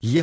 以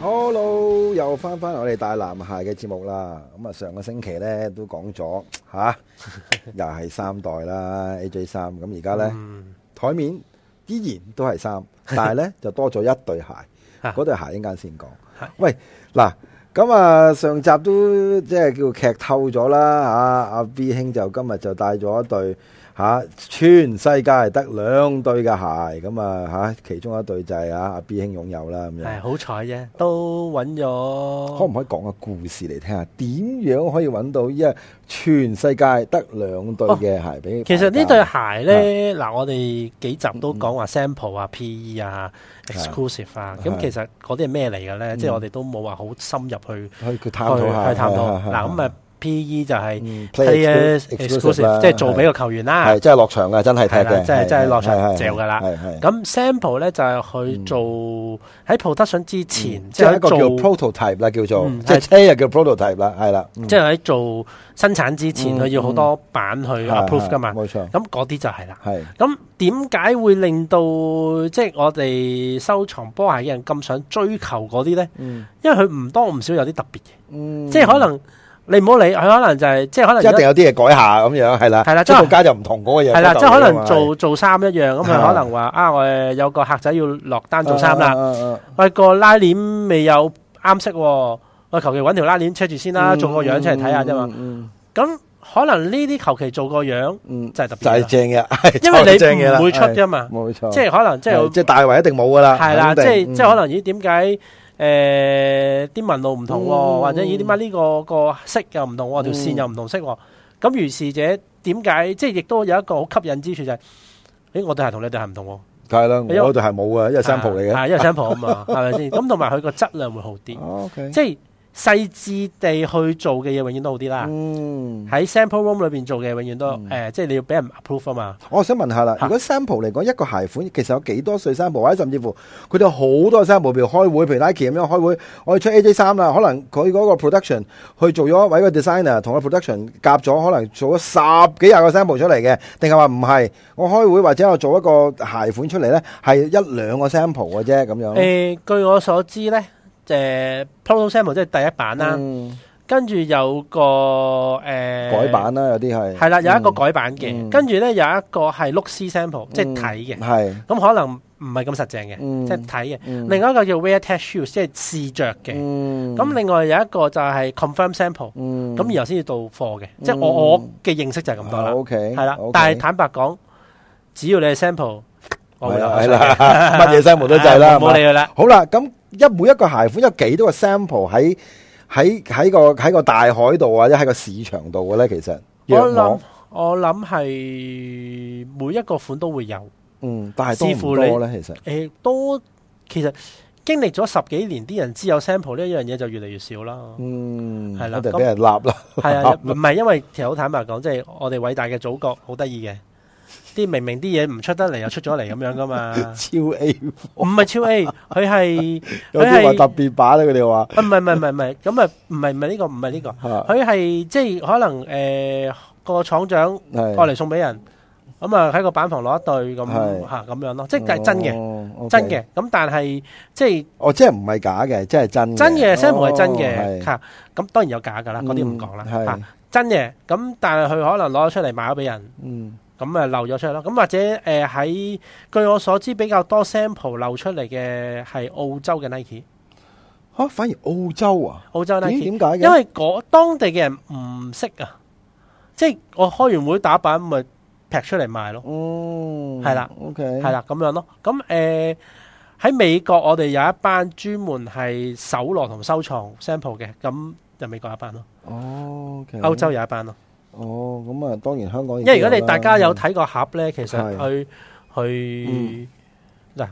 Hello，又翻翻我哋大男孩嘅節目啦。咁啊，上個星期咧都講咗吓，又係三代啦，AJ 三。咁而家咧台面依然都係三，但係咧就多咗一對鞋。嗰對鞋一間先講。喂，嗱，咁啊上集都即係叫劇透咗啦。啊，阿 B 兄就今日就帶咗一對吓、啊全世界係得兩對嘅鞋。咁啊吓，其中一對就係啊阿 B 兄擁有啦咁哎樣。係，好彩啫，都揾咗。哦可唔可以講個故事嚟聽下？點樣可以揾到一全世界得兩對嘅鞋俾？哦其實呢對鞋呢，嗯嗱，我哋幾集都講話 sample啊、PE 啊、exclusive啊，係。咁其實嗰啲係咩嚟嘅呢？即係我哋都冇話好深入去-去佢探討下，去-去探討。係係嗱，咁啊，係 PE 就係嗯 player exclusive- exclusive，啦係即係做俾個球員啦。係真係落場嘅，真係踢係啦嘅，真係係真係落場係係嚼㗎啦係係咁 sample 呢，就係去做-喺 production 之前，嗯即係一個即係喺做叫 prototype 啦，叫做嗯即係車又叫 prototype 啦，係啦，嗯即係喺做生產之前，嗯佢要好多版去係 approve 噶嘛係。冇錯，咁嗰啲就係啦。係咁點解會令到即係我哋收藏波鞋嘅人咁想追求嗰啲呢？嗯因為佢唔多唔少有啲特別嘅，嗯即係可能你唔好理，佢可能就係、即係可能一定有啲嘢改下咁樣，係啦，係啦即即係係家就唔同嗰個嘢，係啦，即係可能係做做衫一樣，咁佢可能話啊，我誒有個客仔要落單做衫啦，啊啊啊喂個拉鏈未有啱色喎，我求其揾條拉鏈 check 住先啦，做個樣出嚟睇下啫嘛。嗯。嗯嗯咁可能呢啲求其做個樣嗯就係特別就係啦，正嘅，係 因為正你嘅啦唔會出係噶嘛，冇錯，即係可能即係係即係大圍一定冇噶啦，係啦，即啊肯係定嗯即係可能咦點解誒啲紋路唔同喎，嗯或者咦點解呢個個色又唔同喎，條嗯線又唔同色喎？咁如是者點解即係亦都有一個好吸引之處就係，咦我對鞋同你對鞋唔同喎，梗係因為啦，我嗰度係冇啊嘅，因為 sample 嚟嘅。係因為 sample 啊 嘛，係咪先？咁同埋佢個質量會好啲， O K，即係細緻地去做嘅嘢永遠都好啲啦。嗯，喺 sample room 裏邊做嘅永遠都嗯誒、即係你要俾人 approve 啊嘛。我想問下啦，嚇如果 sample 嚟講，一個鞋款其實有幾多歲 sample，或者甚至乎佢哋有好多 sample，譬如開會，譬如 Nike 咁樣開會，我哋出 AJ 三啦，可能佢嗰個 production 去做咗位個 designer 同個 production 夾咗，可能做咗十幾廿個 sample 出嚟嘅，定係話唔係？我開會或者我做一個鞋款出嚟咧，係一兩個 sample 嘅啫，咁樣。誒、據我所知咧，誒、proto sample 即係第一版啦，嗯跟住有個誒、改版啦，有啲係係啦，有一個嗯改版嗯嘅，跟住咧有一個係 look see sample，即係睇嘅，係咁可能唔係咁實淨嘅，嗯即係睇嘅。嗯另外一個叫 wear test shoes，即係試着嘅。嗯咁另外有一個就係 confirm sample，嗯啊咁然後先至到貨嘅，即係嗯我我嘅認識就係咁多啦， O K 係啦。但係坦白講，只要你係 sample，我會係有啦口係水啦 嘅，乜嘢 sample 都制 啦，冇冇係理嘛佢啦。好啦，咁一每一個鞋款有幾多個 sample 喺喺喺個喺個大海度或者喺個市場度嘅咧？其實我若諗我諗係每一個款都會有，嗯，但係多唔多咧？其實誒、多其實經歷咗十幾年，啲人知有 sample 呢一樣嘢就越嚟越 少啦。嗯，係啦一定俾人立啦，係啊， 唔係因為其實好坦白講，即係我哋偉大嘅祖國好得意嘅，啲明明啲嘢唔出得嚟又出咗嚟咁樣 噶嘛，超 A，唔哎係超 A，佢係 有啲話特別版咧，佢哋話啊唔係唔係唔係唔係，咁啊唔係唔係呢個唔係呢個，嚇佢係即係可能誒個廠長係過嚟送俾人，咁啊喺個板房攞一對係咁嚇咁樣咯，即係真嘅嘅真，嘅，咁但係即係。哦，即係唔係假嘅，即係真真嘅 sample 係真哦嘅，嗯係嚇咁當然有假㗎啦，嗰啲唔講啦嗯係嚇真嘅，咁但係佢可能攞咗出嚟賣咗俾人，嗯咁啊漏咗出嚟咯。咁或者誒喺據我所知比較多 sample 漏出嚟嘅係澳洲嘅 Nike，嚇，反而澳洲啊，澳洲點 Nike，點解嘅？因為嗰當地嘅人唔識啊，即係我開完會打版咪劈出嚟賣咯，嗯，係啦，OK，係啦咁樣咯。咁誒喺美國我哋有一班專門係搜羅同收藏 sample 嘅，咁就美國有一班咯，哦，OK，歐洲有一班咯。哦，咁啊，當然香港亦因都為有啦，如果你大家有睇過盒咧，係其實去去嗯嗱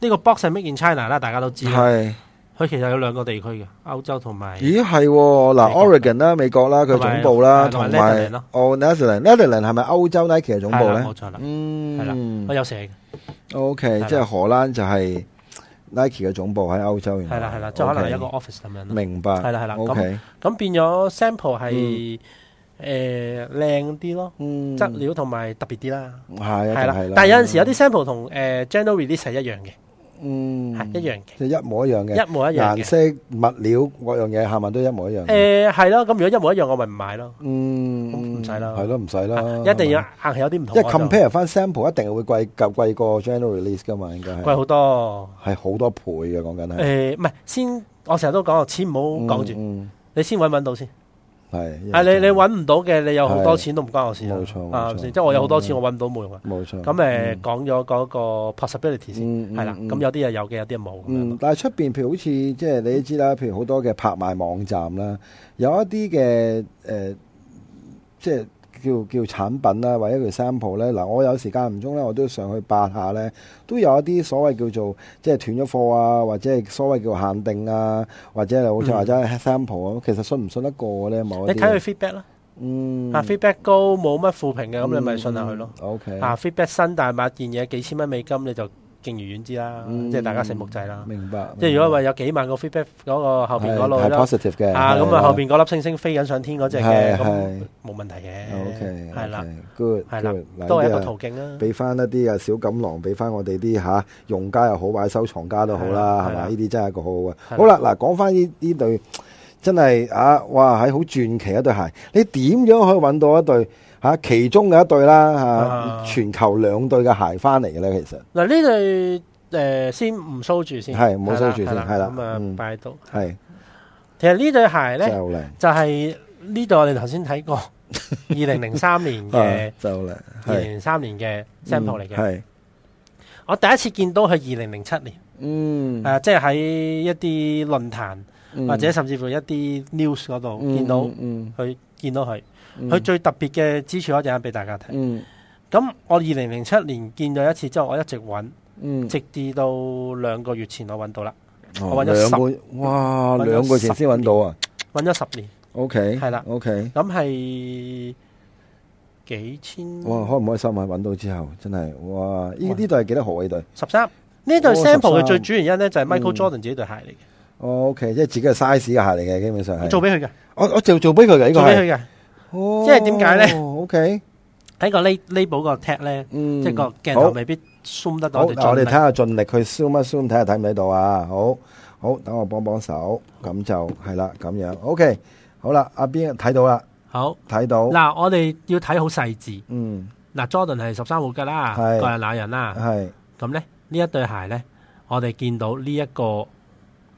呢個 box 係 Make in China 啦，大家都知啦。係佢其實有兩個地區嘅，歐洲同埋咦係喎嗱美國，Oregon 啦、美國啦，佢總部啦，同同埋埋 Netherlands 咯哦 Netherlands，Netherlands 係咪歐洲 Nike 嘅總部係啦咧冇？錯啦，係嗯我有寫嘅， ，OK，啦即係荷蘭就係 Nike 嘅總部喺歐洲，原來係啦係啦，即係可能 OK，有一個 office 咁樣咯。明白，係啦係啦咁 OK，咁變咗 sample 係誒靚啲咯，嗯，質料同埋特別啲啦，係係係啦啦，。但係有陣時有啲 sample 同誒 general release 係一樣嘅，嗯係一樣嘅，即係一模一樣嘅一模一樣顏嘅。色、物料各樣嘢，下文都一模一樣嘅。誒係咯，咁如果一模一樣，我咪唔買咯。嗯，咁唔使啦係咯，唔使啦，一定要係嘛。硬係有啲唔同因為我就。 compare 翻 sample 一定係會貴夠貴過 general release 噶嘛，應該貴係好多。係好多倍嘅講緊係。呃誒唔係先，我成日都講，錢唔好講住，住，你先揾揾到先。係啊，你你揾唔到嘅，你有好多錢都唔關我事啦。嗯冇錯冇嗯啊錯係咪先即係我有好多錢，我揾唔到冇用啊。冇錯。咁誒講咗嗰個 possibility 先，嗯嗯係啦。嗯咁有啲嘢有嘅，有啲嘢冇咁樣嗯咯。，但係出邊譬如好似即係你都知啦，譬如好多嘅拍賣網站啦，有一啲嘅誒，即係叫叫產品啦，或者叫 sample 咧。嗱，我有時間唔中咧，我都上去八下咧，都有一啲所謂叫做即係斷咗貨啊，或者係所謂叫限定啊，或者係好似嗯話齋 sample 啊，其實信唔信得過咧？某你一睇佢啲 feedback 啦，嗯啊 feedback 高冇乜負評嘅，咁你咪信下佢咯。。 O K，啊 feedback 新大買件嘢幾千蚊美金，你就敬而遠之啦，嗯即係大家醒目仔啦。明白。即係如果話有幾萬個 feedback 嗰個後邊嗰係類係啦。 positive 嘅啊，咁係啊後邊嗰粒星星飛緊上天嗰只係嘅，咁係冇問題嘅。 OK，係啦， ，good，係啦 good，嗱都係一個呢啊途徑啦。俾翻一啲啊小錦囊，俾翻我哋啲嚇用家又好，或者收藏家都好啦，係啦係係啦嘛？呢啲真係一個好好嘅。啊係啦好啦，嗱講翻呢呢對真係啊，哇係好傳奇一對鞋。你點樣可以揾到一對嚇、啊其中嘅一對啦嚇、啊全球兩對嘅鞋翻嚟嘅咧？其實嗱呢對誒先唔 show 住先，係唔好 show 住先係啦係啦咁啊嗯擺到。係其實呢對鞋真係咧好靚，就係呢對我哋頭先 睇過二零零三年啊嘅真係好靚，二係零零三年嘅 sample 嚟嘅。係我第一次見到佢二零零七年，嗯誒即係喺一啲論壇嗯或者甚至乎一啲 news 嗰度嗯見到嗯佢，見到佢。嗯佢最特別嘅之處，我一陣間俾大家睇。嗯咁我二零零七年見咗一次之後，我一直揾，嗯直至到兩個月前我揾到啦，哦我揾咗兩十個哇揾咗兩個前先揾到啊揾咗十年， ，OK 係啦，OK。咁係幾千哇！開唔開心啊？揾到之後真係哇！呢哇呢對係幾多號啊？呢對十三呢對哦 sample 嘅13最主原因咧就係 Michael 嗯 Jordan 自己對鞋嚟嘅，哦，OK，即係自己嘅 size 嘅鞋嚟嘅，基本上係。做俾佢嘅，我我做做俾佢嘅呢個做俾佢係。嘅。哦即係點解咧？OK，喺個 lab- label 個 tag 咧，嗯，即係個鏡好頭未必 zoom 得到好我哋嗱我哋睇下盡力。盡力去 zoom 一 zoom，睇下睇唔睇到啊？好好，等我幫幫手，咁就係啦，咁樣 OK，好啦，阿邊睇到啦，好睇到，嗱，我哋要睇好細緻。嗯，嗱，Jordan 係十三號㗎啦，係個人那人啦。係咁咧呢一對鞋咧，我哋見到呢一個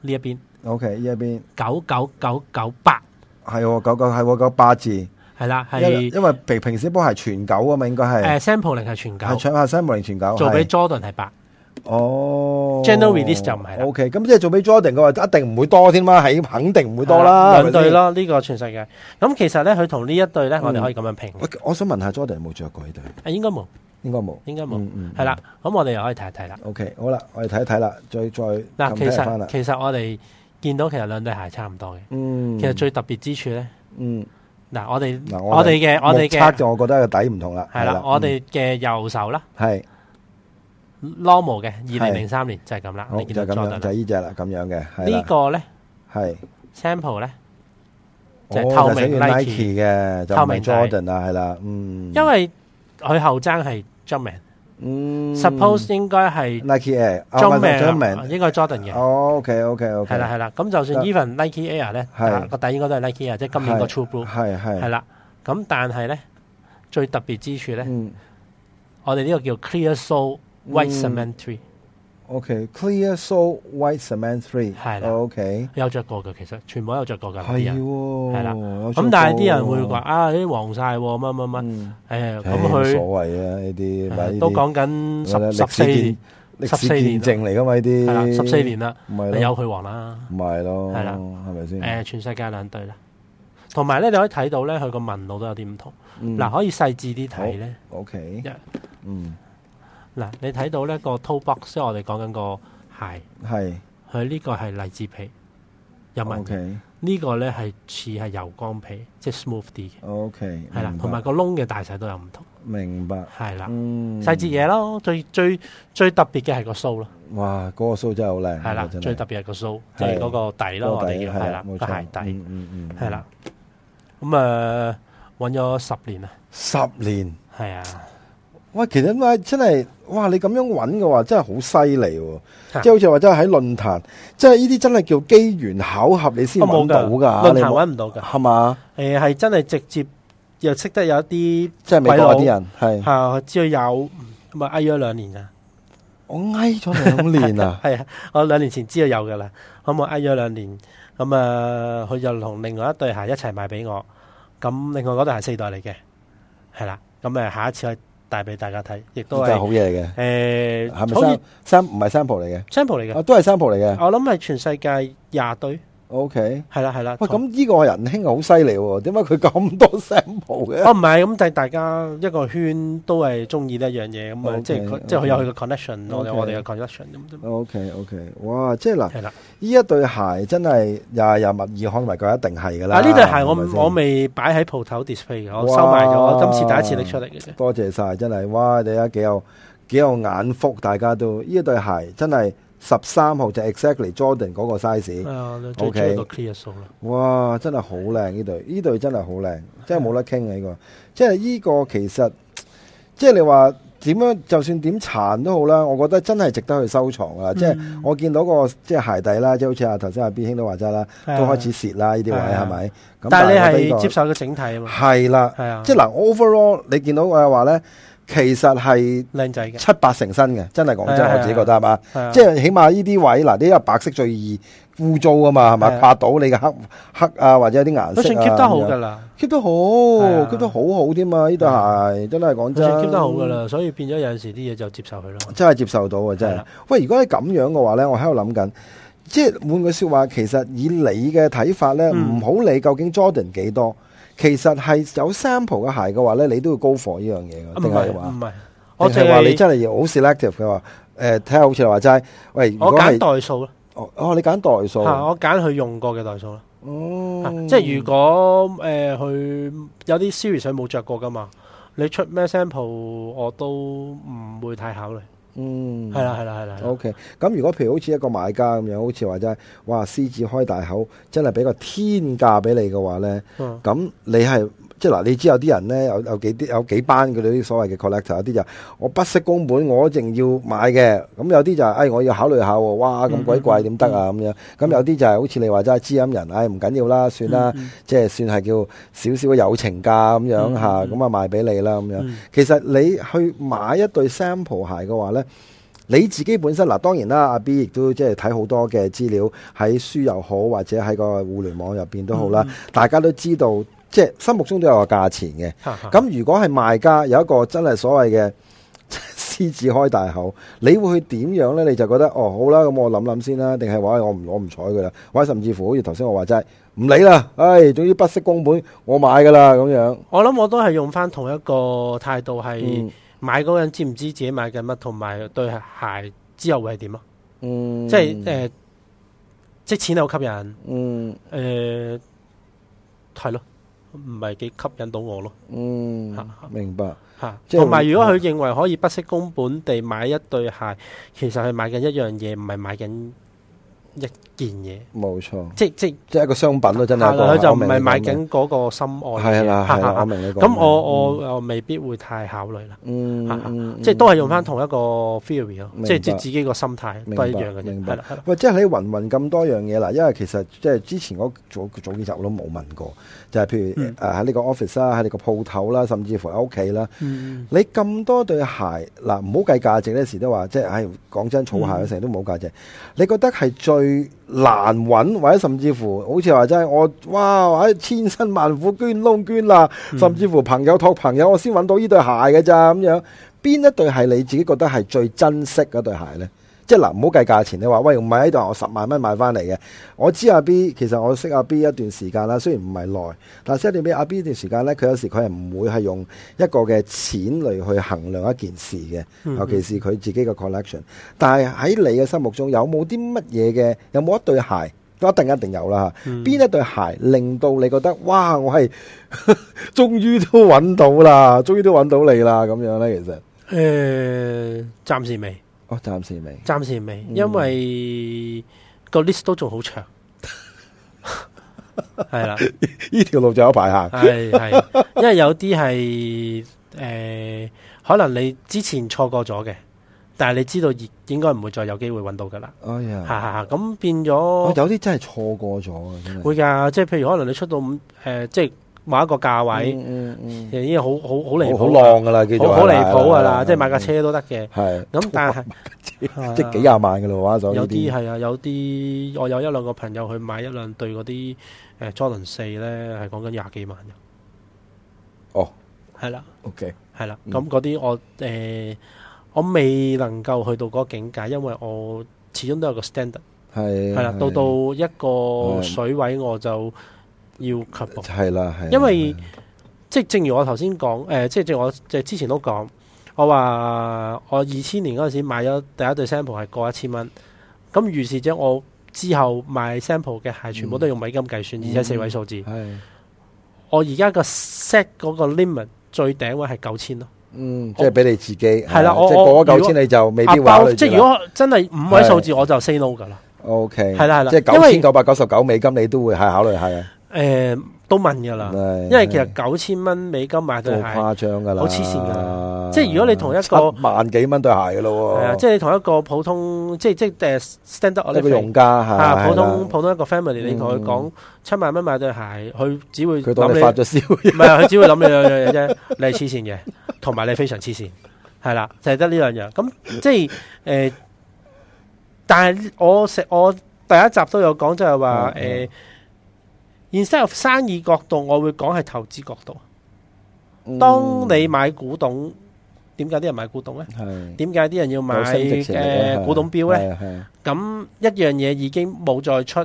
呢一邊 OK，呢一邊九九九九八係喎，九九係喎，九八字，係啦，因係因為平平時波係全九啊嘛，應該係誒 sampling 係全係九，搶下三無零全九，做係俾 Jordan 係八，哦 General release 就唔係啦 O K，咁即係做俾 Jordan 嘅話，一定唔會多添啦，係肯定唔會多啦。兩係咪對先。咯，呢個全世界。咁其實咧，佢同呢一對咧，嗯我哋可以咁樣評，喂，我想問下 Jordan 有冇着過呢對？誒應該冇，應該冇，應該冇嗯，嗯係啦。咁我哋又可以睇一睇啦。 O K，好啦，我哋睇一睇啦，再再嗱，其翻啦實。其實我哋見到其實兩對鞋差唔多嘅，嗯，其實最特別之處咧，嗯，嗱，我哋嗱，我哋嘅我哋目測嘅就我覺得個底唔同啦。係啦，我哋嘅右手啦嗯係，normal 嘅二零零三年就係咁啦，好你就係見到咁樣，就 Jordan 啦係呢只啦，咁樣嘅係呢啦，個咧係 sample 咧。就係哦透明就寫住 Nike Nike 嘅，就唔透係明底 Jordan 啦，係啦，嗯，因為佢後爭係 Jumpman，suppose、嗯 Suppose Oh, 應該係 Mm. Nike Air Oh, 啊唔係 Jumpman， Jumpman 應該係 Jordan 嘅， O K O K O K，係啦係啦。咁就算得 even Nike Air 咧，係啊個底應該都係 Nike Air，即係今年個係 True Blue 係係係啦。咁但係咧，最特別之處咧，嗯我哋呢個叫 Clear Sole White 嗯 Cement Three ，OK，Clear Soul White Cement Three 係啦 OK，有着過嘅，其實全部都有着過㗎啲係人。喎，係啦有做咁過但係啲人會話啊，啲黃晒喎，乜乜乜，嗯誒唉冇咁所謂啊呢啲，咪呢佢啲都講緊咪十歷史十四年見，歷史14見年證嚟噶嘛呢係啦，啲，十四年啦，咪有咯，嗯佢黃啦。咪咯，係啦係咪誒、先？全世界兩隊啦。同埋咧，你可以睇到咧，佢個紋路都有啲唔同。嗯嗱、可以細緻啲睇咧。Ừ, ，OK，嗯，Ừ, 嗱，你睇到咧個 toe box，即係我哋講緊個鞋，係佢呢個係荔枝皮，有紋 O 嘅。 K 呢個咧係似係油光皮，即係 smooth 啲嘅， O K，係啦。同埋個窿嘅大細都有唔同，明白，係啦。嗯，細節嘢咯，最最最特別嘅係個須咯，哇，嗰個須真係好靚，啊係啦，嗯真係最特別係個須，係即係嗰個底咯，嗰我個哋底叫係係啦啦，冇個錯鞋底嗯嗯嗯，係啦。咁誒揾咗十年啊，十年，係啊，哇，其實咁真係，哇，你咁樣揾嘅話，真係好犀利喎，嚇即係好似話真係喺論壇，即係呢啲真係叫機緣巧合你先我哦冇揾到㗎，㗎，論你壇冇揾唔到㗎。係嘛？誒係真係直接又識得有一啲即係美國嗰啲人係，嚇，啊知道有咁啊，翳咗兩年啊，，我挨咗兩年啊係啊，我兩年前知道有㗎啦，咁我翳咗兩年，咁啊佢就同另外一對鞋一齊賣俾我，咁另外嗰對鞋四代嚟嘅，係啦，咁誒下一次可以帶俾大家睇，亦都 都係好係嘢嚟嘅，誒係咪好似 sam sam 唔係 sample 嚟 sample 嘅？嚟嘅，哦啊，都係 sample 嚟嘅我諗係全世界廿對， ，OK。係啦係啦，喂，同咁呢個人兄好犀利喎，點解佢咁多 sample 嘅？哦，唔係，咁但係大家一個圈都係中意呢一樣嘢，咁啊， OK，即係佢 OK 即係佢有佢嘅 connection，我哋 OK 我哋嘅 connection 咁啫。 O K O K，哇！即係嗱，係啦，呢一對鞋真係又又物以罕為貴，一定係噶啦。啊呢對鞋係我咪先我未擺喺鋪頭 display 嘅，我哇收埋咗，我今次第一次拎出嚟嘅啫。多謝晒，真係哇！你睇幾有幾有眼福，大家都呢一對鞋真係十三號就 exactly Jordan 嗰個 size，啊，你最 OK 中意個 clear 數啦。哇！真係好靚呢對，呢對真係好靚，真係冇得傾啊嘅呢個。即係呢個其實即係你話點樣，就算點殘都好啦，我覺得真係值得去收藏啊！即係。嗯我見到個即係鞋底啦，即係好似啊頭先阿 B 兄都話齋啦，都開始，係啊蝕啦呢啲位係啊係咪？咁但係係你係接受受個整體啊嘛，係啦，係啊，即係係嗱 overall 你見到我話咧，其實係靚仔嘅，七八成新嘅，真係講係真，啊我自己覺得係嘛？係啊即係起碼呢啲位嗱，呢個白色最易污糟啊嘛，係係咪？啊拍到你嘅黑黑啊，或者有啲顏佢算色啊 keep 得好咁樣㗎啦， ，keep 得好啊，keep 得好好添嘛！呢對鞋真係講佢真算 keep 得好㗎啦，所以變咗有陣時啲嘢就接受佢咯。真係接受到啊！真係係啦。喂，如果係咁樣嘅話呢，我喺度諗緊，即係換句説話，其實以你嘅睇法呢，嗯唔好理究竟 Jordan 幾多，其實係有 sample 嘅鞋嘅話呢，你都要高貨呢樣嘢啊嘅，唔定係係話唔係，我定淨係話你係真係要好 selective 嘅話，誒睇下好似你話齋，喂，如我果揀係代數啦，哦哦，你揀代數，嚇我揀佢用過嘅代數啦。啊哦，即係如果誒佢有啲 series 佢冇着過噶嘛，你出咩 sample 我都唔會太考慮。嗯係啦係啦係啦係 O 啦， K，咁如果譬如好似一個買家咁樣，好似話齋，哇，獅子開大口，真係俾個天價俾你嘅話呢。嗯咁你係即係嗱，你知有啲人咧有有幾啲有幾班佢哋啲所謂嘅 collector，有啲就我不惜工本，我淨要買嘅。咁有啲就係、哎，我要考慮下喎，哇咁鬼貴點得啊咁樣。咁有啲就係好似你話齋知音人，唉唔緊要啦，算啦，嗯即係算係叫少少嘅友情價咁樣嗯嚇，嗯咁啊賣俾你啦咁樣。嗯其實你去買一對 sample 鞋嘅話呢，你自己本身嗱，當然啦，阿 B 亦都即係睇好多嘅資料，喺書又好，或者喺個互聯網入邊都好啦，嗯大家都知道，即係心目中都有個價錢嘅。嚇嚇咁如果係賣家有一個真係所謂嘅 獅子開大口，你會去點樣呢？你就覺得哦好啦，咁我諗諗先啦，定係話哎我唔攞唔睬佢啦，或者甚至乎好似頭先我話齋唔理啦，唉，總之不惜工本我買噶啦咁樣。我諗我都係用翻同一個態度係嗯買嗰個人知唔知自己買緊乜，同埋對鞋之後會係點咯。嗯，即係誒，即係錢好吸引嗯。誒，係咯，唔係幾吸引到我咯。嗯嚇，明白。嚇，即係同埋會如果佢認為可以不惜工本地買一對鞋，其實係買緊一樣嘢，唔係買緊一件嘢，冇錯，即即即係一個商品咯，真係一個。佢就唔係係買緊嗰個心愛嘅係嘢啦，嚇係 嚇啦，嚇我明你講。咁我我我未必會太考慮啦，嗯，嚇嚇嗯即係都係用翻同一個 theory 咯明，白即係即係自己個心態明都白係一樣嘅明啫，白係啦係啦， 喂，即係你雲雲咁多樣嘢啦，因為其實即係之前嗰早早幾集我都冇問過，就係譬如誒嗯喺呢個 office 啊啦，喺你個鋪頭啦，甚至乎喺屋企啦，嗯你咁多對鞋嗱，唔好計價值呢時都話，即係唉講真，儲嗯鞋嘅成日都冇價值。你覺得係最難揾，或者甚至乎好似話真係我哇，唉千辛萬苦捐窿捐啦，嗯甚至乎朋友託朋友，我先揾到呢對鞋嘅咋咁樣。邊一對係你自己覺得係最珍惜嗰對鞋呢？即係嗱，唔好計價錢。你話喂唔係喺度，我十萬蚊買翻嚟嘅。我知阿 B，其實我識阿 B 一段時間啦，雖然唔係耐，但係識阿 B 阿 B 一段時間咧，佢有時佢係唔會係用一個嘅錢嚟去衡量一件事嘅，尤其是佢自己嘅 collection。但係喺你嘅心目中有冇啲乜嘢嘅？有冇一對鞋？都一定一定有啦。邊一對鞋令到你覺得哇，我係 終於都揾到啦，終於都揾到你啦咁樣咧？其實，诶，暂时未，哦，暫時未。暫時未，嗯因為個 list 都仲好 長，係啦，呢條路就有排行。係係，因為有啲係誒，可能你之前錯過咗嘅，但係你知道應應該唔會再有機會揾到噶啦，哎嚇呀，嚇嚇，咁變我咗哦有啲真係錯過咗啊！真係會㗎，即係譬如可能你出到五誒，即係某一個價位，嗯嗯已經好好好離嗯，譜，好浪噶啦，叫好做好離譜㗎啦，係即係買架車都得嘅，係咁但係即係幾廿萬噶啦，玩手呢有啲係啊，有啲我有一兩個朋友去買一兩對嗰啲誒 Jordan 四咧，係講緊廿幾萬嘅。哦，係啦， OK，係啦。嗯咁嗰啲我誒、呃我未能夠去到嗰個境界，因為我始終都有個 standard。係係啦，到到一個係水位我就要卻步，係啦，係啦因為即係正如我頭先講誒，即係正如我即係之前都講，我話我二千年嗰陣時買咗第一對 sample 係過一千蚊，咁如是者我之後買 sample 嘅鞋全部都用美金計算，嗯而且四位數字。係我而家個 set 嗰個 limit 最頂位係九千咯，嗯，即係俾你自己係係啦我即係過我咗如九果千你就未必壓玩包即係如果真係五位數字我就 say no 㗎啦， OK 係啦係啦即係因九為千九百九十九美金你都會係考慮下嘅，誒、呃都問㗎啦，因因為其實九千蚊美金買都對鞋，係嗯好誇張噶啦，好黐線㗎啦即係如果你同一個七萬幾蚊對鞋嘅咯喎，啊，即係你同一個普通即係即係誒 standard 我一個用哋家嚇，啊普係啦通普通一個 family，你同佢講七萬蚊買對鞋，佢只會佢當諗你你發咗燒，唔係佢只會諗你兩樣嘢啫， 你係黐線嘅，同埋你非常黐線，係啦，就係得呢兩樣。咁即係誒、呃但係我食我第一集都有講，就係話嗯嗯誒，instead of 生意角度，我會講係投資角度。當你買古董，點解啲人買古董咧？係點解啲人要買有升值誒、潛力啊古董錶咧？係係咁一樣嘢已經冇再出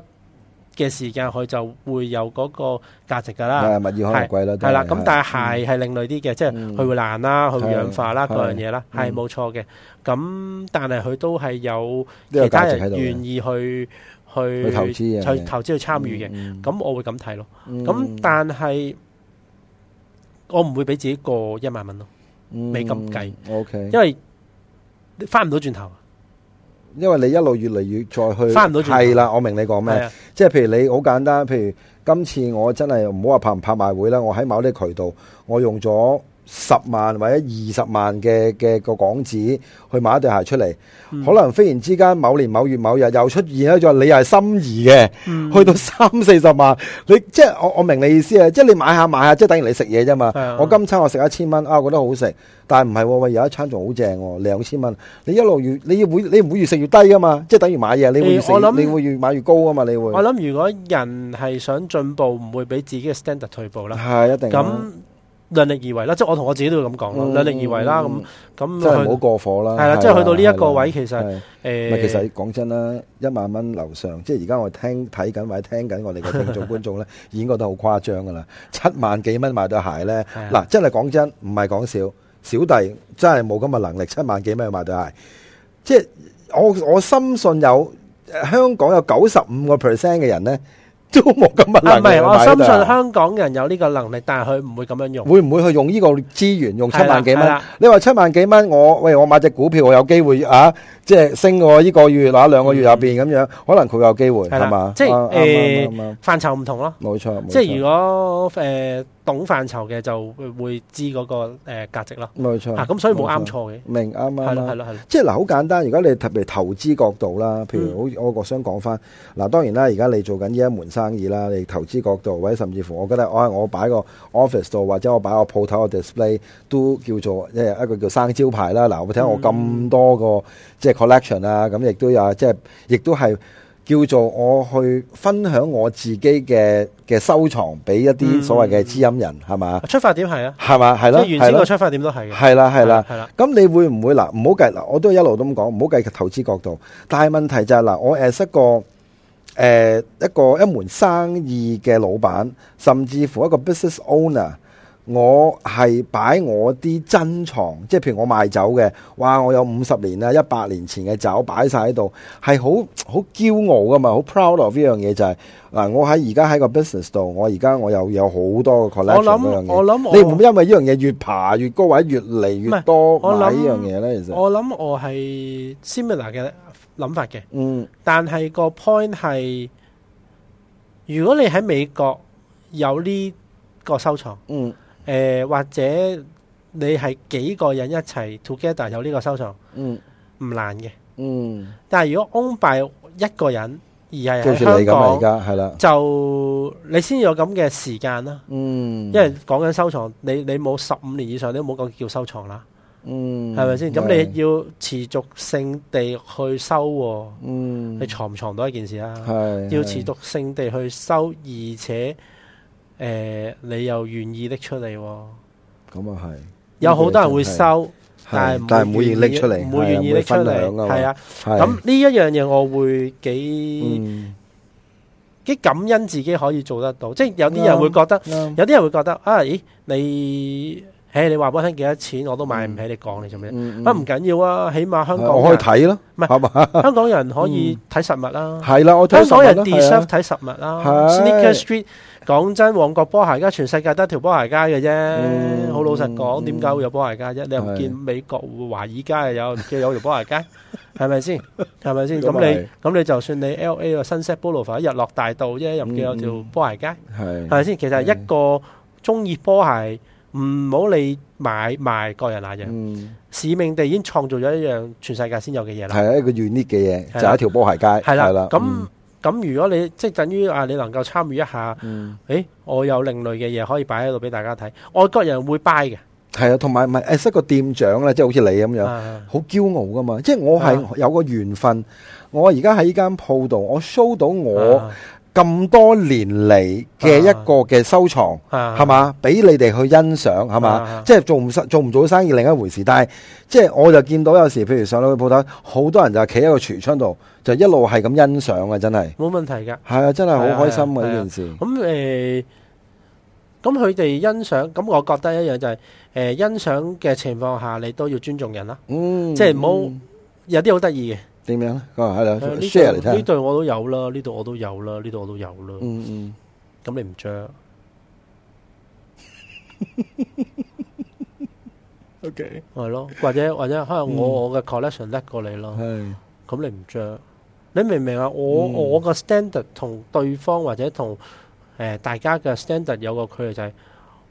嘅時間，佢就會有嗰個價值㗎啦。係物業可能貴啦，係啦，咁但係係鞋係另類啲嘅，即係嗯佢會爛啦，佢會係氧化啦，係各樣嘢啦，嗯係冇錯嘅。咁但係佢都係有呢個其他價值喺人度嘅願意去去去投資嘅去投資去參與嘅。嘅，咁我會咁睇咯。咁咁但係我唔會俾自己過一萬蚊咯，美金計，OK，因為翻唔到轉頭。因為你一路越嚟越再去，翻唔到轉頭係啦，我明你講咩係。啊，即係譬如你好簡單，譬如今次我真係唔好話拍唔拍賣會啦，我喺某啲渠道，我用咗十萬或者二十萬嘅嘅個港紙去買一對鞋出嚟，嗯可能忽然之間某年某月某日又出現一個你又係心儀嘅，嗯去到三四十萬，你即係我我明你意思啊，即係你買下買下，即係等於你食嘢啫嘛係啊。我今餐我食一千蚊啊，覺得好食，但係唔係喎，喂有一餐仲好正喎，兩千蚊，你一路越你會你唔會越食越低噶嘛，即係等於買嘢，你會越食誒我諗越你會越買越高啊嘛，你會。我諗如果人係想進步，唔會俾自己嘅 standard 退步啦。係，一定啦咁量力而為啦，即係我同我自己都要咁講嗯啦，量力而為啦，咁嗯咁真係去唔好過火啦。係啦即係去到呢一個位係啦其實係唔誒，係其實講真啦，一萬蚊樓上，即係而家我聽睇緊或者聽緊我哋嘅聽眾觀 眾咧，已經覺得好誇張噶啦，七萬幾蚊買對鞋咧，係啊嗱真係講真，唔係講笑，小弟真係冇咁嘅能力，七萬幾蚊去買對鞋，即係我我深信有香港有九十五個 percent 嘅人咧，都冇咁嘅能啊，唔力去係，我買深對信鞋香港人有呢個能力，但係佢唔會咁樣用。啊會唔會去用呢個資源用七係啦萬幾係蚊啦？你話七萬幾蚊，我喂我買只股票，我有機會啊，即係升我呢個月啊兩個月嗯入邊咁樣，可能佢有機會係啦係嘛？即係啊啱誒啱啱啱範疇唔同咯，冇錯，冇錯即係如果誒懂範疇嘅就會會知嗰個誒價值咯。冇錯啊，咁所以冇啱冇錯錯嘅，明啱啱係啱啦係啦係啦，即係嗱，好簡單。如果你特別投資角度啦，譬嗯如好，我我想講翻嗱，當然啦，而家你做緊呢一門生意啦，你投資角度或者甚至乎，我覺得啊我我擺個 office 度或者我擺個鋪頭個 display 都叫做即係一個叫生招嗯啊牌啦。嗱，我睇下我咁多個即係 collection 啊，咁亦都有即係亦都係。叫做我去分享我自己嘅嘅收藏俾一嗯啲所謂嘅知音人，係嘛？出發點係啊，係嘛？係即咯，係原先係個咯，出發點都係嘅，係啦，係啦。係啦，咁你會唔會嗱？唔好計嗱，我都一路都咁講，唔好計投資角度。但係問題就係、嗱，我 as 一個誒、呃一個一門生意嘅老闆，甚至乎一個 business owner，我係擺我啲珍藏，即係譬如我賣酒嘅，哇！我有五十年啊啦、一百年前嘅酒擺晒喺度，係好好驕傲噶嘛，好 proud of 呢樣嘢就係、嗱，我喺而家喺個 business 度，我而家我有有好多嘅我 collection 嗰樣諗嘢我。諗你我唔會因為呢樣嘢越爬越高，或者越嚟唔係越多我買諗呢樣嘢咧？其實，我諗我係 similar 嘅諗法嘅，嗯但係個 point 係，如果你喺美國有呢個收藏，嗯誒、或者你係幾個人一齊 together 有呢個收藏，嗯唔難嘅。嗯，但係如果 own by 一個人，而係好喺似你咁香啊，而港，家係啦，就你先有咁嘅時間啦。嗯，因為講緊收藏，你你冇十五年以上，你都冇講叫收藏啦，嗯係咪先？咁你要持續性地去收喎，嗯你藏唔藏到一件事啊啦、係要持續性地去收，而且誒、呃你又願意拎出嚟、喎。咁啊係，有好多人會，收，但係但係唔會願意拎出嚟，唔會願係意拎啊出嚟，係，啊。係嗯咁呢一樣嘢，我會幾幾感恩自己可以做得到。即係有啲人會覺得，啱有啲人會覺得啊，咦，你誒你話俾我聽幾多錢，我都買唔起，你講你做咩？嗯啊，唔緊要啊，起碼香港我可以人睇嗯咯，唔係係 嘛？香港人可以睇實物啦。係啦，我睇香港人新聞 deserve 啦睇實物啦係，sneaker street 講真，旺角波鞋而家全世界得一條波鞋街嘅啫。嗯好老實講，嗯點解會有波鞋街啫？你又唔係見美國華爾街有嘅有條波 鞋街，係咪先？係咪先？咁咁你係咁你就算你 L A 個 Sunset Boulevard 日落大道啫，又唔見有條波鞋街，係係咪先？其實係一個中意波鞋，唔好理買賣個人那樣，嗯使命地已經創造咗一樣全世界先有嘅嘢啦。係一個 unique 嘅嘢，係啦就係一條波鞋街，系啦，係啦，咁咁如果你即係等於啊，你能夠參與一下，嗯。誒，我有另類嘅嘢可以擺喺度俾大家睇，外國人會 buy 嘅，係啊，同埋咪 as 一個店長咧，即係好似你咁樣，啊好驕傲噶嘛。即係我啊係有個緣分，我而家喺呢間鋪度，我 show 到我啊咁多年嚟嘅一個嘅收藏，啊係嘛？俾你哋去欣賞，係啊嘛？即係做唔生做唔做生意另一回事，但係即係我就見到有時，譬如上到去鋪頭，好多人就係企喺個櫥窗度，就一路係咁欣賞啊！真係，冇問題㗎。係啊，真係好開心係啊！啊係啊呢件事，咁誒，咁佢哋欣賞，咁我覺得一樣就係誒欣賞嘅情況下，你都要尊重人啦。嗯，即係唔好有啲好得意嘅，點樣咧？佢話係啦誒呢，share 嚟對呢聽，對我都有啦，呢度我都有啦，呢度我都有啦。嗯嗯。咁你唔着 OK，係咯，或者或者可能嗯我我嘅 collection 叻過你咯。係。咁你唔着，你明唔明啊？我、嗯我個 standard 同對方或者同誒、呃大家嘅 standard 有個距離就係、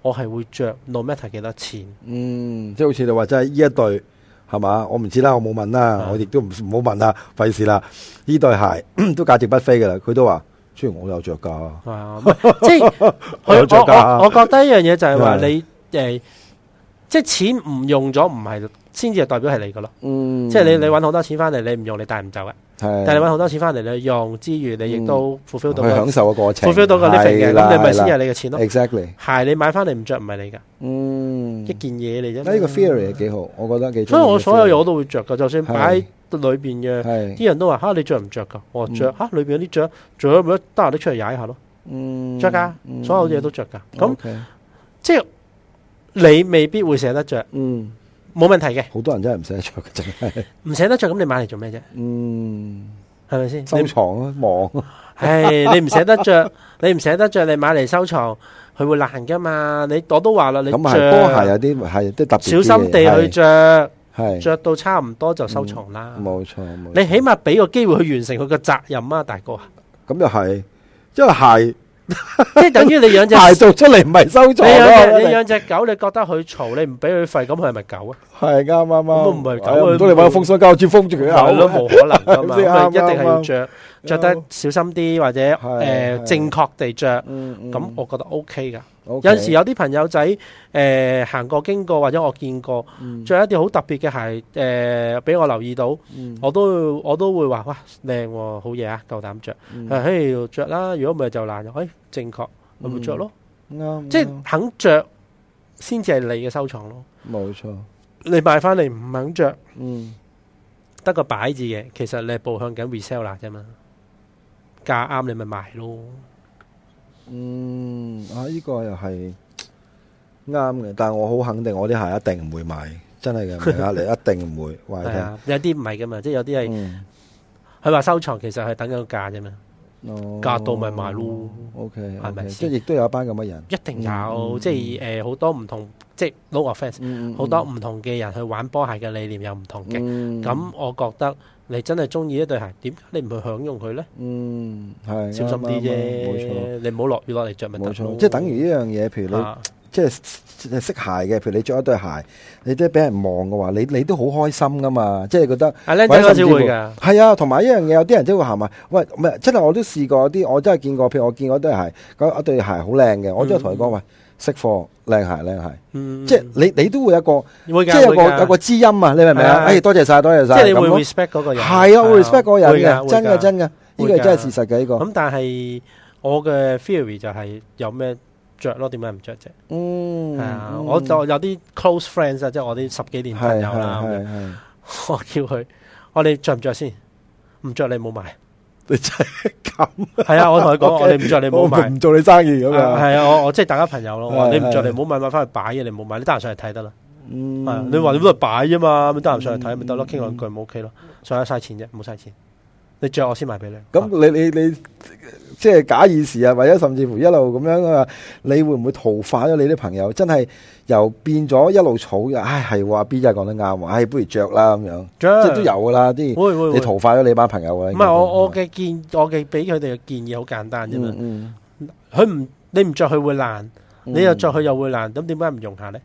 我係會着 no matter 幾多錢，嗯，即係好似你話真係呢一對係嘛？我唔知啦，我冇問啦啊，我亦都唔唔好問啦，費事啦。呢對鞋 都價值不菲噶啦，佢都話，雖然我有着㗎，係啊，唔係即 係我有着啊佢㗎我我我覺得一樣嘢就 係話係你誒、呃即係錢唔用咗唔係先至係代表係你噶咯，嗯即係你你揾好多錢翻嚟你唔用你帶唔走嘅，係，但係你揾好多錢翻嚟你用之餘你嗯亦都 fulfill 到去個享受個過程 fulfill 到個 living 嘅，係啦咁你咪先係係啦你嘅錢咯。 exactly，鞋你買翻嚟唔着唔係你㗎，嗯，一件嘢嚟啫嘛。呢個 theory 係幾好，我覺得幾中意呢個所 theory。以我所有嘢我都會着噶，就算擺喺係裏邊嘅，係，啲人都話吓你着唔着噶？我話着吓，裏邊有啲着，着咗咪得閒拎出嚟踩下咯，嗯，着噶，所有嘢都着噶。咁 OK，即係你未必會捨得着，嗯，冇問題嘅，好多人真係唔捨得着嘅，真係，唔捨得着咁你買嚟做咩啫？嗯，係咪先？收你藏啊，望，唉，你唔捨得着， 你唔捨得着，你買嚟收藏，佢會爛噶嘛？你我都話啦，你咁係波鞋着有啲係都特別啲小嘅，心地去着，係，係着到差唔多就收藏啦。冇錯，冇錯你起碼俾個機會去完成佢個責任啊，大哥 啊！咁又係，因為鞋即係等於你 養隻鞋做出嚟唔係收藏你養咯，只你養只狗，你覺得佢嘈，你唔俾佢吠，咁佢係咪狗啊？係啱啱咁啱，唔係狗哎呀佢唔通你揾冇個封箱膠紙封住佢啊？係咯，冇可能 噶嘛，先咁啱你一定係要啱着，着得小心啲或者係誒係正確地着。嗯，嗯咁我覺得 OK 噶，Ừ, OK 有陣時有啲朋友仔誒、呃行過經過或者我見過嗯着一啲好特別嘅鞋誒，俾、我留意到，嗯我都我都會話哇靚喎、好嘢啊，夠膽着。嗯誒嘿着啦，如果唔係就爛咗。誒、哎正確，咪咪着咯，啱，即係啱肯着先至係你嘅收藏咯。冇錯，你買翻嚟唔肯着，嗯得個擺字嘅，其實你係步向緊 reseller 啫嘛。價啱你咪賣咯，Ừ, 嗯啊，呢個又係啱嘅，但係我好肯定我啲鞋一定唔會賣，真係嘅，唔係呃你，一定唔會話你係聽。啊，有啲唔係噶嘛，即係有啲係嗯佢話收藏其實係等緊個價啫嘛，哦價到咪賣咯， O K，係咪即先係亦都有一班咁嘅人，一定有，嗯嗯即係誒好多唔同，即係 no offence，嗯好多唔同嘅人去玩波鞋嘅理念又唔同嘅，嘅咁、我覺得你真係中意一對鞋，點解你唔去享用佢呢？嗯係小心啲啱啱冇錯啫，你唔好落雨落嚟着咪得冇咯錯，即係等於呢樣嘢，譬如你啊即係識鞋嘅，譬如你着一對鞋，你都俾人望嘅話，你你都好開心噶嘛，即係覺得阿僆仔嗰時會㗎，係啊，同埋一樣嘢，有啲人真係會行埋，喂，唔係真係我都試過有啲，我真係見過，譬如我見過對鞋，嗰一對鞋好靚嘅，我都係同佢講，嗯喂，識貨，靚鞋靚鞋，嗯即係你你都會有一個，會即㗎係有會個㗎有個知音啊，你明唔明係啊？啊誒，多謝晒，多謝即晒，係你咁會咯 respect 嗰個人，係啊，我係 respect 嗰個人會嘅，㗎真會嘅㗎真嘅，呢個會㗎真係事實嘅呢個。咁但係我嘅 theory 就係有咩着咯，點解唔着啫？嗯，係啊，我就有啲 close friends 啊，即係我啲十幾年朋係友啦。咁係樣係，我叫佢，我哋着唔着先？唔着你冇買。你真係咁，係啊，我同佢講， OK，我哋唔着 你冇 我買。唔做你生意咁啊樣。係啊，我我即係大家朋友咯。我話係你唔係着你冇買，買翻去擺嘅，你冇買，你得閒上嚟睇得啦。嗯係啊你話你嗰度擺啫嘛，咁得閒上嚟睇咪得咯，傾兩句咪 OK 咯。上下嘥錢啫，冇嘥錢。你着我先賣俾你。啊咁你你你即係假以時日，或者甚至乎一路咁樣啊，你會唔會淘化咗你啲朋友？真係由變咗一路儲嘅，唉係喎，B 真係講得啱喎，唉不如着啦咁樣，着即係都有噶啦啲，啊會會會你淘化咗你班朋友㗎啦。唔係我我嘅建我嘅俾佢哋嘅建議好簡單啫嘛嗯，嗯，佢唔你唔着佢會爛，你又着去佢又會爛，咁點解唔用下咧？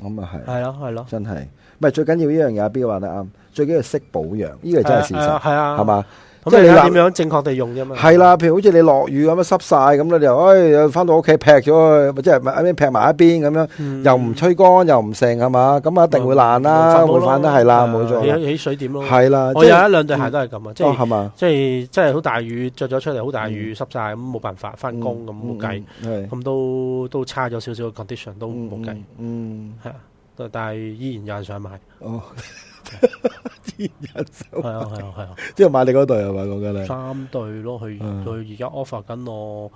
咁啊係。係咯係咯，真係，唔係最緊要呢樣嘢，阿 B 話得啱，最緊要識保養，呢個真係事實，係啊，係？嘛？即咁係你你睇話下點樣正確地用啫嘛？係啦，譬如好似你落雨咁樣濕晒咁你又唉翻到屋企劈咗佢，咪即係咪一邊劈埋一邊咁樣，嗯，又唔吹乾又唔剩係嘛？咁啊一定會爛啦，冇法寶會咯反得係啦，係啊冇錯啦，起起水點咯？係啦，我有即係一兩對鞋都係咁啊，即哦係係嘛，即係即係好大雨，着咗出嚟好大雨濕晒，咁冇辦法翻工咁冇計，嗯，係咁都都差咗少少嘅 condition 都嗯冇計，嗯， 係啊，但但係依然有人想買，嗯哦，啲人手係啊係啊係啊。即係買你嗰對係嘛講緊你，三對咯，佢嗯佢而家 offer 緊我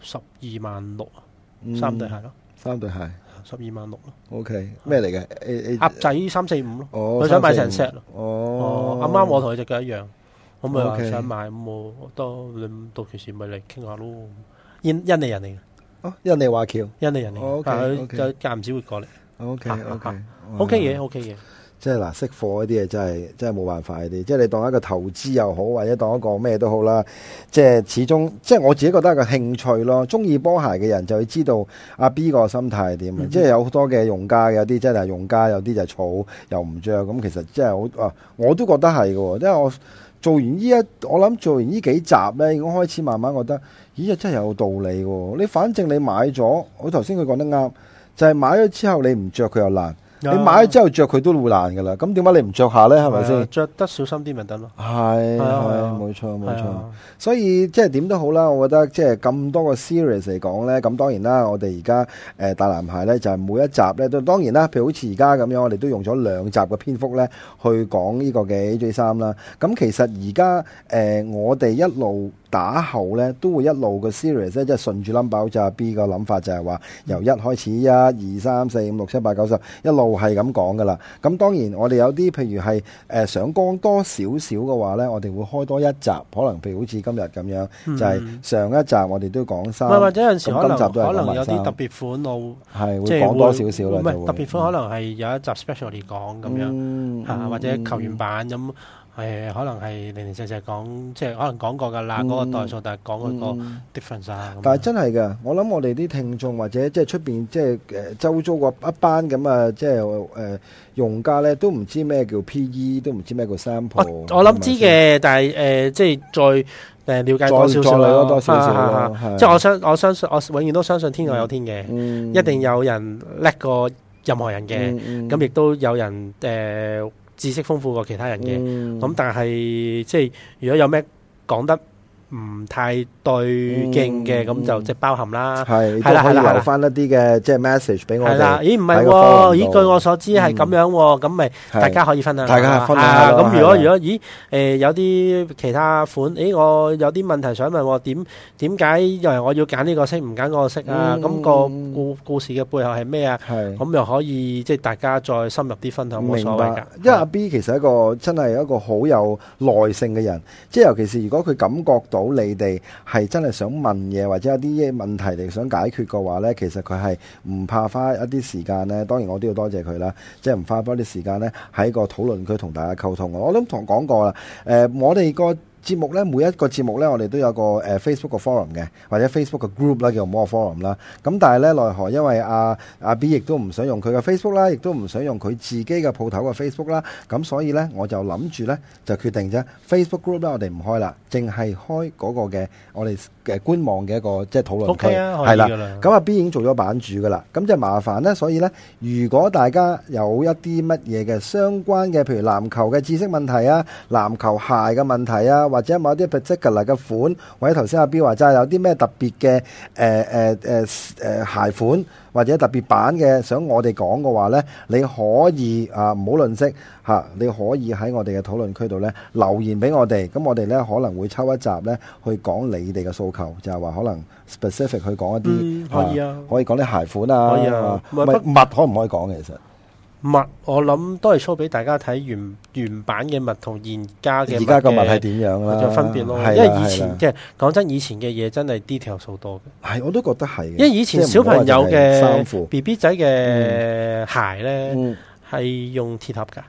十二萬六，啊嗯三對鞋咯，三對鞋十二萬六咯， ，OK 咩嚟嘅？A A 鴨仔三四五咯，哦，佢想買三成四 set 咯，五哦嗯哦，，啱啱我同佢只腳一樣，我咪話 OK 想買，咁我都你到期時咪嚟傾下咯，印印尼人嚟嘅，哦，印尼華僑印尼人嚟哦嘅， ，OK，但係 OK 哦佢就間唔少會過嚟，OK 啊啊 OK 啊，OK 嘅，OK 嘅，即係嗱，識貨嗰啲嘢真係真係冇辦法嗰啲，即係你當一個投資又好，或者當一個咩都好啦，即係始終即係我自己覺得係個興趣咯。中意波鞋嘅人就會知道阿 B 個心態係點嘅，嗯即係有好多嘅用家嘅，有啲真係用家，有啲就儲又唔着。咁其實真係好啊，我都覺得係嘅喎，因為我做完呢一，我諗做完呢幾集咧，已經開始慢慢覺得，咦，真係有道理喎！你反正你買咗，我頭先佢講得啱，就係、買咗之後你唔着佢又爛。你買咗之後着佢都會爛噶啦，咁點解你唔着下咧？係咪先？啊着得小心啲咪得咯，係係係啊係啊冇錯冇係錯。啊所以即係點都好啦，我覺得即係咁多個 series 嚟講呢，咁當然啦，我哋而家誒大男孩呢，就係、每一集呢，都當然啦，譬如好似而家咁樣，我哋都用咗兩集嘅篇幅呢去講呢個嘅 AJ 三啦。咁其實而家誒我哋一路打後呢，都會一路個 series 呢，即係順住 number 好似阿 B 個諗法就係話嗯由一開始一二三四五六七八九十一路係咁講噶啦。咁當然我哋有啲譬如係。誒想講多少少嘅話呢，我哋會開多一集，可能譬如好似今日咁樣，嗯就係上一集我哋都講唔三，係或者有陣時咁可今能集都係可講埋能有衫啲特別款我。係會即係講會多少少啦，唔就會係嗯特別款，可能係有一集 specially 講咁樣樣啊，或者球嗯員版咁誒，可能係零零四四講，即係可能講過㗎啦，嗯嗰個代數，但係講嗰嗯個 difference 啊。咁樣但係真係嘅，我諗我哋啲聽眾或者即係出邊即係誒周遭個一班咁啊，即係誒用家呢，都唔 E，知咩叫 P.E.，都唔知咩叫 sample 我。我諗知係咪先，嘅，但係誒，即係再誒了解再多少再少嚟啦，多少少啊啊啊咯，係即係我相我相信我永遠都相信天外有天嘅，嗯一定有人叻過任何人嘅，嗯咁亦都有人誒、呃知識豐富過其他人嘅。嗯咁但係即係如果有咩講得唔太對勁嘅，嗯咁就嗯即係包含啦。係係都啦可以係啦係啦留翻一啲嘅即係 message 俾我係啦，哋，咦唔喺係個喎， forum 咦度據我所知係咁樣喎，咁咪係大家可以分享下啦，大家分享下啊啦咁如係果啦如果咦誒有啲其他款，咦我有啲問題想問喎，點點解因為我要揀呢個色唔揀嗰個色啊？嗯咁個故故事嘅背後係咩啊？係。咁又可以即係大家再深入啲分享，冇明所謂㗎白，。因為阿 B 其實一個真係一個好有耐性嘅人，即係尤其是如果佢感覺到你哋係真係想問嘢，或者有啲嘢問題你想解決嘅話呢，其實佢係唔怕花一啲時間呢。當然我都要多謝佢啦，即係唔花多啲時間呢喺個討論區同大家溝通。我都同講過啦，誒、我哋個節目呢，每一個節目呢，我哋都有個誒、呃 Facebook 嘅 forum 嘅，或者 Facebook 嘅 group 啦，叫摩 forum 啦。咁但係咧，奈何因為阿阿 B 亦都唔想用佢嘅 Facebook 啦，亦都唔想用佢自己嘅鋪頭嘅 Facebook 啦，咁所以咧我就諗住咧就決定啫，Facebook group 咧我哋唔開啦，淨係開嗰個嘅我哋嘅官網嘅一個即係討論區， OK 啊，可係以啦。㗎啦。咁啊 B 已經做咗版主噶啦，咁就麻煩咧。所以咧，如果大家有一啲乜嘢嘅相關嘅，譬如籃球嘅知識問題啊、籃球鞋嘅問題啊，或者某一啲 particular 嘅款，或者頭先阿 B 話齋有啲咩特別嘅呃誒誒誒誒呃鞋款或者特別版嘅，想我哋講嘅話咧，你可以啊唔好吝惜嚇、你可以喺我哋嘅討論區度咧留言俾我哋，咁我哋咧可能會抽一集咧去講你哋嘅訴求，就係、話可能 specific 去講一啲。嗯可以啊可以講啲鞋款啊，可以啊唔係唔係襪可唔可以講嘅？其實物我諗都係 show 俾大家睇原原版嘅物同現家嘅而家個物襪係嘅點樣啦？有分別咯。係因為啦以係前啦嘅講真，以前嘅嘢真係 detail 數多嘅。係我都覺得係嘅，因為以前即係小唔好朋話友淨係衫嘅褲， B B 仔嘅鞋咧嗯，係用鐵盒㗎。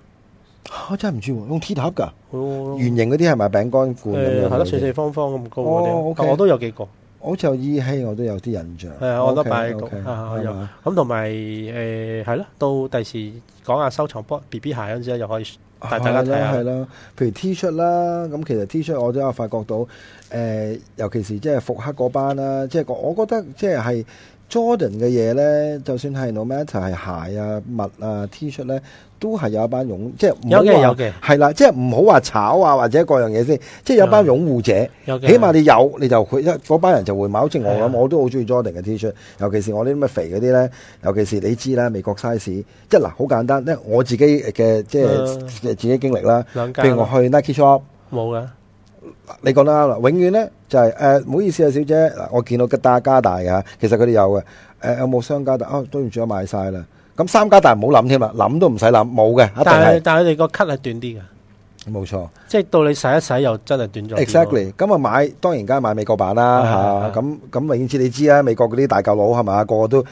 我真係唔知喎，用鐵盒㗎，哦圓形嗰啲係咪餅乾罐咁誒樣？係咯，四四方方咁高嗰哦啲， ，OK 我都有幾個。好似有依稀，我都有啲印象。係啊我都擺喺度 OK，OK，啊我係有嘛咁同埋誒係咯，到第時講下收藏 B B 鞋嗰陣時又可以帶啊大家睇係下。啦，譬如 T 恤啦，咁其實 T 恤我都有發覺到，誒、尤其是即係復刻嗰班啦，即係我我覺得即係係 Jordan 嘅嘢咧，就算係 no matter 係鞋啊、襪啊、T 恤咧，都係有一班擁，即係唔好有嘅話有嘅係啦，即係唔好話炒啊或者各樣嘢先，即係有班嗯擁護者。有嘅起碼你有，你就佢一嗰班人就會買。好似我係啊咁，我都好中意 Jordan 嘅 T 恤，尤其是我啲咁嘅肥嗰啲咧，尤其是你知啦，美國 size，即係嗱，好簡單咧，因為我自己嘅即係嗯自己經歷啦。兩間譬如我去 Nike shop，冇㗎，你講得啱啦，永遠咧就係誒唔好意思啊，小姐，嗱我見到嘅大加大嘅，其實佢哋有嘅，誒、有冇雙加大？哦，對唔住，我買晒啦。咁三加大唔好諗添啦，諗都唔使諗，冇嘅，一定但係係但係佢哋個 cut 係短啲㗎，冇錯。即係到你洗一洗又真係短咗啲喎。 Exactly，咁啊買當然梗係買美國版啦係嚇，咁咁永遠知你知啦，美國嗰啲大舊佬係嘛，個個都誒、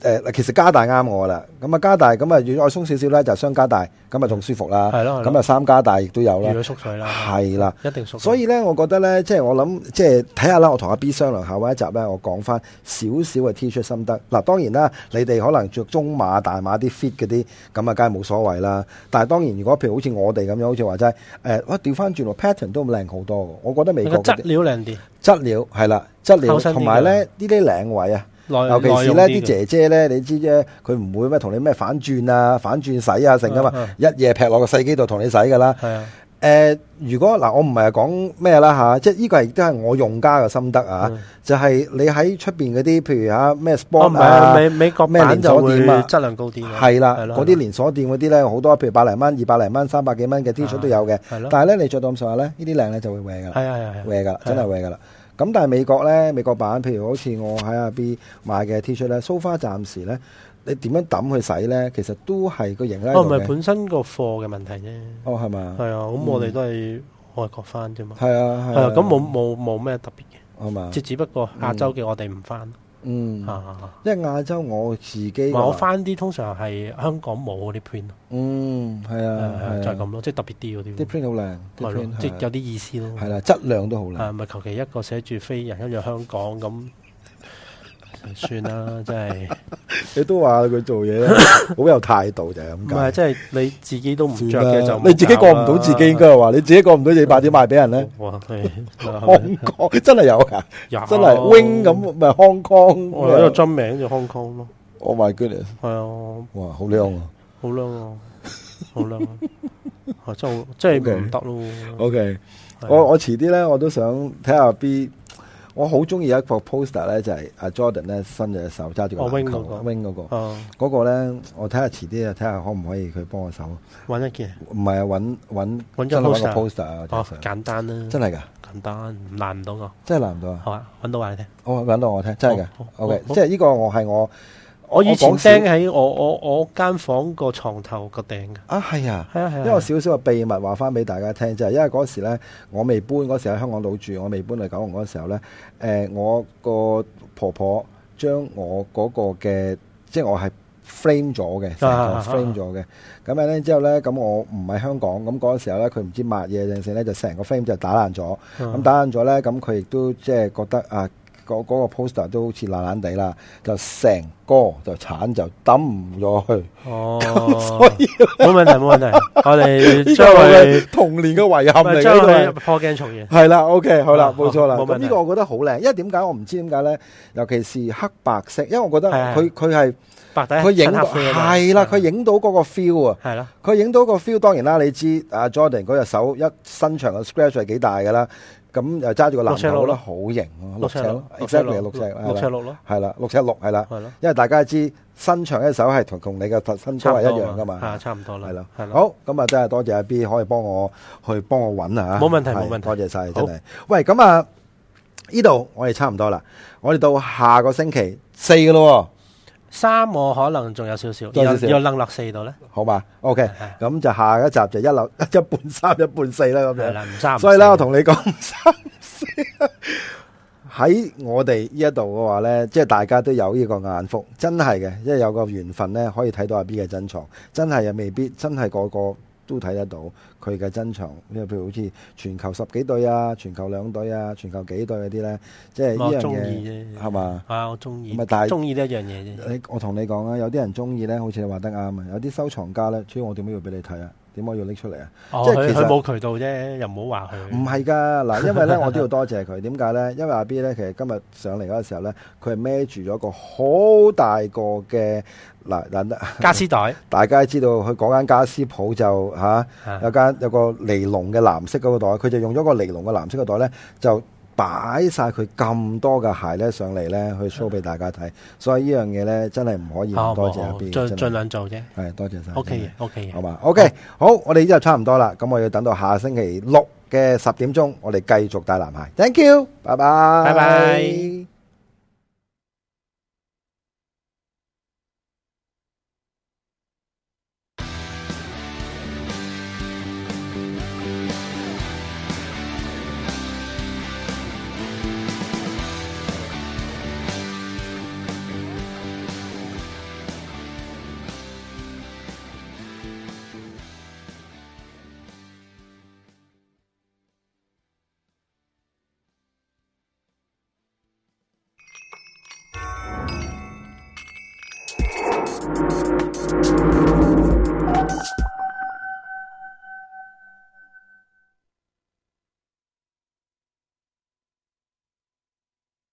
呃其實加大啱我啦，咁啊加大咁啊要愛鬆少少咧就雙加大，咁啊仲舒服啦，係咯係咯咁啊三加大亦都有如啦，果縮水啦，係啦。一定縮水。所以咧，我覺得咧，即係我諗，即係睇下啦。我同阿 B 商量下，或者一集咧，我講翻少少嘅 T 恤心得。嗱，當然啦，你哋可能着中碼、大碼啲 fit 嗰啲，咁啊，梗係冇所謂啦。但係當然，如果譬如好似我哋咁樣，好似話齋，誒、哇，調翻轉落 pattern 都靚好多喎。我覺得美你個國嗰質啲料靚啲，質料係啦，質料厚身啲㗎哦同埋咧呢啲領位啊。內尤其是咧內啲容嘅姐姐咧，你知啫，佢唔會咩同你咩反轉啊、反轉洗啊成噶嘛，嗯一夜劈落個細機度同你洗噶啦。係啊，誒、呃如果嗱，我唔係講咩啦吓，即係呢個亦都係我用家嘅心得啊，嗯就係你喺出邊嗰啲，譬如嚇咩哦唔 sport 係啊，美美國咩版連就鎖會店啊質量高啲嘅，係啦，係咯嗰啲連鎖店嗰啲咧好多，譬如百零蚊、二百零蚊、三百幾蚊嘅 T 恤都有嘅。啊係咯，但係咧，你着到咁上下咧，呢啲靚咧就會 wear 噶啦係啊係啊係啊， ，wear 噶啦，係啊真係 wear 噶啦。咁但係美國咧，美國版譬如好似我喺阿 B 買嘅 T 恤咧，so far 暫時咧，你點樣抌去洗咧，其實都係個型咧哦唔係嘅。本身個貨嘅問題啫，哦，係嘛？係啊，咁我哋都係外國翻啫嘛，係啊，係係啊啊，咁冇冇冇咩特別嘅，係嘛即？只不過亞洲嘅我哋唔翻嗯。啊，因為亞洲我自己嘅唔係我話翻啲通常係香港冇嗰啲 print，嗯係啊，係誒啊就係咁咯，即係特別啲嗰啲啲 print 好靚，係啲咯 print 即係係有啲意思咯，係啦，質量都好靚，啊咪求其一個寫住飛人，一樣香港咁 算啦，真係。你都話佢做嘢 咧好有態度就係唔咁解。係，即係你自己都唔算着啦嘅就你自己過唔到自己，應該話你自己過唔到，你擺啲賣俾人 咧。哇，嗯係香港真係有噶，真係 wing。有咁，咪香港。我有一個真名叫 Hong Kong 咯， Oh my goodness！係啊，哇，好靚啊。好靚啊，好 靚啊，啊真係好真係唔得咯。 OK，係啊我我遲啲咧我都想睇下 B。我好中意一個 poster 咧，就係阿 Jordan 咧伸隻手揸住個哦，wing 籃球嗰個，wing 嗰個。啊，嗰個咧，我睇下遲啲啊，睇下可唔可以佢幫我手。玩一件唔係啊，揾揾真揾張係揾個 poster， poster 啊，哦張相簡單啦，真係㗎，簡單，唔難唔到我，真係難唔到啊！好啊，揾到話你聽。我揾到我聽，真係㗎好好。 OK，好即係呢個我係我我以前講少釘喺我我我間房個床頭個頂嘅，啊，係啊。係啊係啊，因為我少少嘅秘密話翻俾大家聽，就係、因為嗰時咧，我未搬嗰時喺香港島住，我未搬去九龍嗰時候咧，誒、我個婆婆將我嗰個嘅，即係我係 frame 咗嘅，成啊啊個啊 frame 咗嘅。咁樣咧之後咧，咁我唔喺香港，咁嗰時候咧，佢唔知抹嘢定時咧，就成個 frame 就打爛咗。咁咁打爛咗咧，咁佢亦都即係覺得啊，嗰、嗰個 poster 都好似爛爛地啦，就成個就鏟就抌咗去。哦， 所以冇問題冇問題，我 哋呢將個我佢嘅童年嘅遺憾嚟咪嘅將呢個佢係。破鏡重圓，係啦，OK，好啦啊，冇錯啦。冇咁問題呢個我覺得好靚，因為點解我唔知點解咧？尤其是黑白色，因為我覺得係佢佢係白底佢影漆到黑灰啊嘛係啦，佢影到嗰個 feel 啊，係啦，佢影到個 feel。當然啦，你知啊 Jordan 嗰隻手一伸長嘅 scratch 係幾大噶啦，咁又揸住個六籃尺六球咯啦，好型啊，六六尺尺六咯六，exactly 六尺，六係尺啦，六咯，係啦，六尺六係啦，係咯，因為大家知伸長嘅手係同同你嘅身高係一樣噶嘛，啊係差唔多啦，係啦，係啦，好，咁啊，真係多謝阿 B 可以幫我去幫我揾啊，冇問題係冇問題多謝晒，好真係。喂，咁啊，呢度我哋差唔多啦，我哋到下個星期四嘅咯三我可能仲有少少，多又少少又楞落四度咧，喎，好嘛？OK，係咁就下一集就一樓 一半三一半四啦，咁係樣。啦，唔三唔四所以咧，我同你講三四喺我哋呢一度嘅話咧，即係大家都有呢個眼福，真係嘅，因為有個緣分咧，可以睇到阿 B 嘅珍藏，真係又啊未必真係個個都睇得到佢嘅珍藏。呢譬如好似全球十幾對啊，全球兩對啊，全球幾對嗰啲咧，即係我呢樣中哦意嘢啫，係嘛？啊，我中意咁啊但，係中意呢一樣嘢啫。你我同你講啊，有啲人中意咧，好似你話得啱啊，有啲收藏家咧，主要我點解要俾你睇啊？點解要拎出嚟啊？哦，即係佢其實佢冇渠道啫，又唔好話佢。唔係㗎， 嗱，因為咧我都要多謝佢，點解咧？因為阿 B 咧，其實今日上嚟嗰個時候咧，佢係孭住咗個好大個嘅嗱嗱，家私袋，大家知道佢嗰間家私鋪就嚇、啊有間有個尼龍嘅藍色嗰個袋，佢就用咗個尼龍嘅藍色嘅袋咧就。擺晒佢咁多嘅鞋咧上嚟咧，去 show 俾大家睇，所以呢樣嘢咧真係唔可以好唔多謝阿好 B，盡真盡係量做啫。係多謝晒。真係 OK 嘅，OK 好嘅，嘛？OK，好，我哋呢就差唔多啦。咁我要等到下星期六嘅十點鐘，我哋繼續帶男孩。Thank you，拜拜，拜拜。